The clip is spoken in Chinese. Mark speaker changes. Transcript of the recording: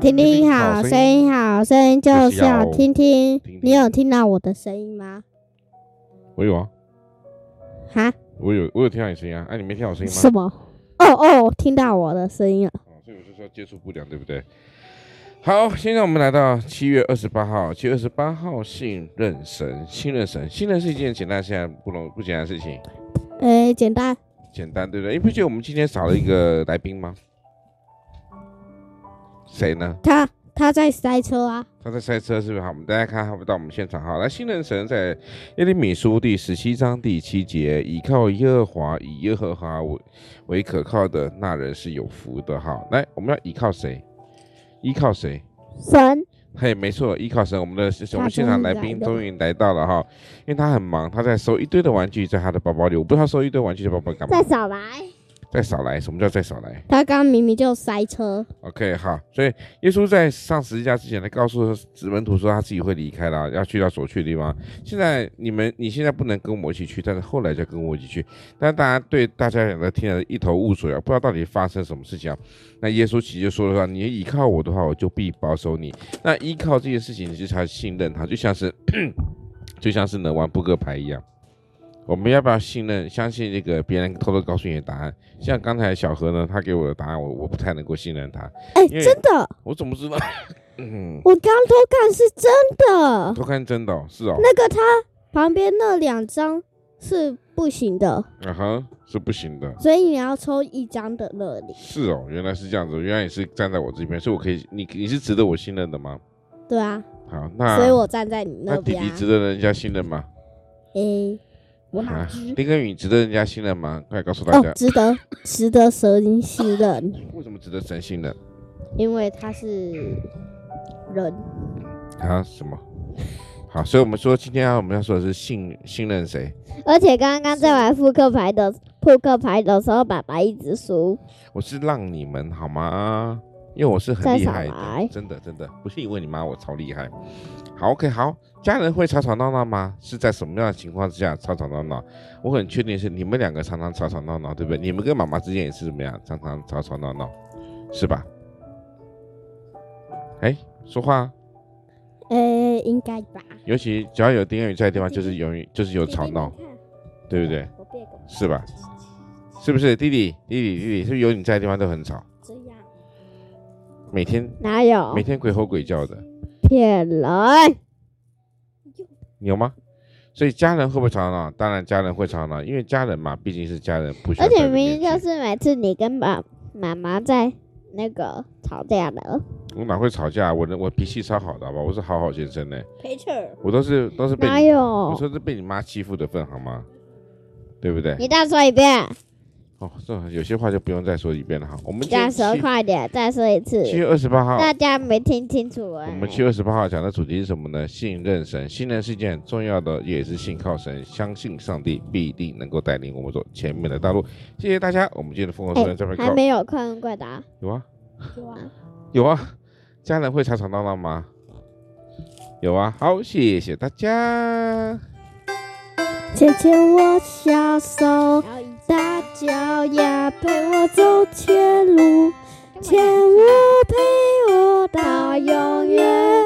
Speaker 1: 听听
Speaker 2: 听
Speaker 1: 好
Speaker 2: 好
Speaker 1: 声音好，声音就
Speaker 2: 就是是
Speaker 1: 要
Speaker 2: 要
Speaker 1: 听听
Speaker 2: 听。
Speaker 1: 你有听到我的声音吗？
Speaker 2: 我有啊，
Speaker 1: 哈？
Speaker 2: 我有我有听到你声音啊，哎、你没听到我声音吗？
Speaker 1: 什么？哦哦，听到我的声音了。
Speaker 2: 哦，所以我就说接触不良，对不对？好，现在我们来到七月二十八号，七月二十八号信任神，信任神，信任是一件简单、现在不容不简单的事情，
Speaker 1: 哎，简单，
Speaker 2: 简单对不对？你不觉得我们今天少了一个来宾吗？谁呢？
Speaker 1: 他他在塞车啊。
Speaker 2: 他在塞车是不是？好，我们大家看他不到我们现场。好，来，新人神在耶利米书第十七章第七节，倚靠耶和华，以耶和华为为可靠的那人是有福的。好，来，我们要依靠谁？依靠谁？
Speaker 1: 神，
Speaker 2: 嘿，没错，依靠神，我们的我
Speaker 1: 终
Speaker 2: 们现场
Speaker 1: 于
Speaker 2: 来
Speaker 1: 来
Speaker 2: 宾
Speaker 1: 了
Speaker 2: 终于来到了哈，因为他很忙，他在收一堆的玩具在他的包包里，我不知道收一堆玩具在包包干嘛
Speaker 3: 再。少来，
Speaker 2: 再少来，什么叫再少来
Speaker 1: 他刚刚明明就塞车。
Speaker 2: ？OK，好，所以耶稣在上十字架之前，他告诉子门徒说他自己会离开了，要去到所去的地方。现在你们，你现在不能跟我一起去，但是后来就跟我一起去。但大家对大家两个听得一头雾水啊，不知道到底发生什么事情啊。那耶稣其实就说了，你依靠我的话，我就必保守你。那依靠这件事情，你就是要信任他，就像是 就像是能玩扑克牌一样。我们要不要信任、相信这个别人偷偷告诉你的答案？像刚才小何呢，他给我的答案，我我不太能够信任他。
Speaker 1: 哎，
Speaker 2: 因为
Speaker 1: 真的，
Speaker 2: 我怎么知道？ 嗯，
Speaker 1: 我刚偷看是真的。
Speaker 2: 偷看真的哦、是哦，
Speaker 1: 那个他旁边那两张是不行的，
Speaker 2: 嗯哼，是不行的。
Speaker 1: 所以你要抽一张的那里，
Speaker 2: 是哦，原来是这样子，原来你是站在我这边，所以我可以，你你是值得我信任的吗？
Speaker 1: 对啊，
Speaker 2: 好，那
Speaker 1: 所以我站在你
Speaker 2: 嗯那弟
Speaker 1: 边
Speaker 2: 弟
Speaker 1: 啊。
Speaker 2: 值得人家信任吗？
Speaker 1: 诶，我哪
Speaker 2: 啊
Speaker 1: 知？
Speaker 2: 林根宇值得人家信任吗？快告诉大家
Speaker 1: 哦，，值得值得神信任，
Speaker 2: 为什么值得神信任？
Speaker 1: 因为他是人。
Speaker 2: 啊，什么？好，所以我们说今天要我们要说的是信信任谁？
Speaker 3: 而且刚刚在玩扑克牌的扑克牌的时候，爸爸一直输。
Speaker 2: 我是让你们好吗？因为我是很
Speaker 3: 再
Speaker 2: 厉
Speaker 3: 少
Speaker 2: 害的
Speaker 3: 来，
Speaker 2: 真的真的，不是因为你妈我超厉害。好，OK，好，家人会吵吵闹闹吗？是在什么样的情况之下吵吵闹闹？我很确定是你们两个常常吵吵闹闹，对不对？你们跟妈妈之间也是怎么样，常常吵吵闹闹，是吧？哎，说话啊，
Speaker 1: 诶，应该吧？
Speaker 2: 尤其只要有丁元宇在的地方，就是有就是有吵闹，对不对？
Speaker 1: 我变个
Speaker 2: 是吧？是不是弟弟弟弟弟弟？是不是有你在的地方都很吵？
Speaker 1: 这样，
Speaker 2: 每天
Speaker 3: 哪有
Speaker 2: 每天鬼吼鬼叫的，
Speaker 3: 骗人？
Speaker 2: 有吗？所以家人会不会吵吵闹？当然家人会吵吵闹，因为家人嘛，毕竟是家人，不需要
Speaker 3: 而
Speaker 2: 在
Speaker 3: 且
Speaker 2: 里面
Speaker 3: 明明就
Speaker 2: 去。
Speaker 3: 是每次你跟爸妈妈在那个吵架的，
Speaker 2: 我哪会吵架？我的我脾气超好的，好吧？我是好好先生呢、
Speaker 1: 陪衬。
Speaker 2: 我都是都是被
Speaker 3: 哪
Speaker 2: 你，我
Speaker 3: 有？
Speaker 2: 说是被你妈欺负的份，好吗？对不对？
Speaker 3: 你再说一遍，
Speaker 2: 哦，这有些话就不用再说一遍了哈。我们今
Speaker 3: 再
Speaker 2: 天
Speaker 3: 说快点，再说一次
Speaker 2: 七，七月二十八号，
Speaker 3: 大家没听清楚
Speaker 2: 我
Speaker 3: 哎。
Speaker 2: 们七月二十八号讲的主题是什么呢？信任神，信任是一件很重要的，也是信靠神，相信上帝必定能够带领我们走前面的道路。谢谢大家，我们今天的疯狂
Speaker 3: 哎
Speaker 2: 说人这边
Speaker 3: 还
Speaker 2: 告
Speaker 3: 没有快问快答，
Speaker 2: 有啊
Speaker 1: 有啊
Speaker 2: 有啊，家人会吵吵闹闹吗？有啊，好，谢谢大家。
Speaker 1: 牵牵我小手，
Speaker 3: 然后一
Speaker 1: 大脚丫陪我走前路，牵我陪我到永远。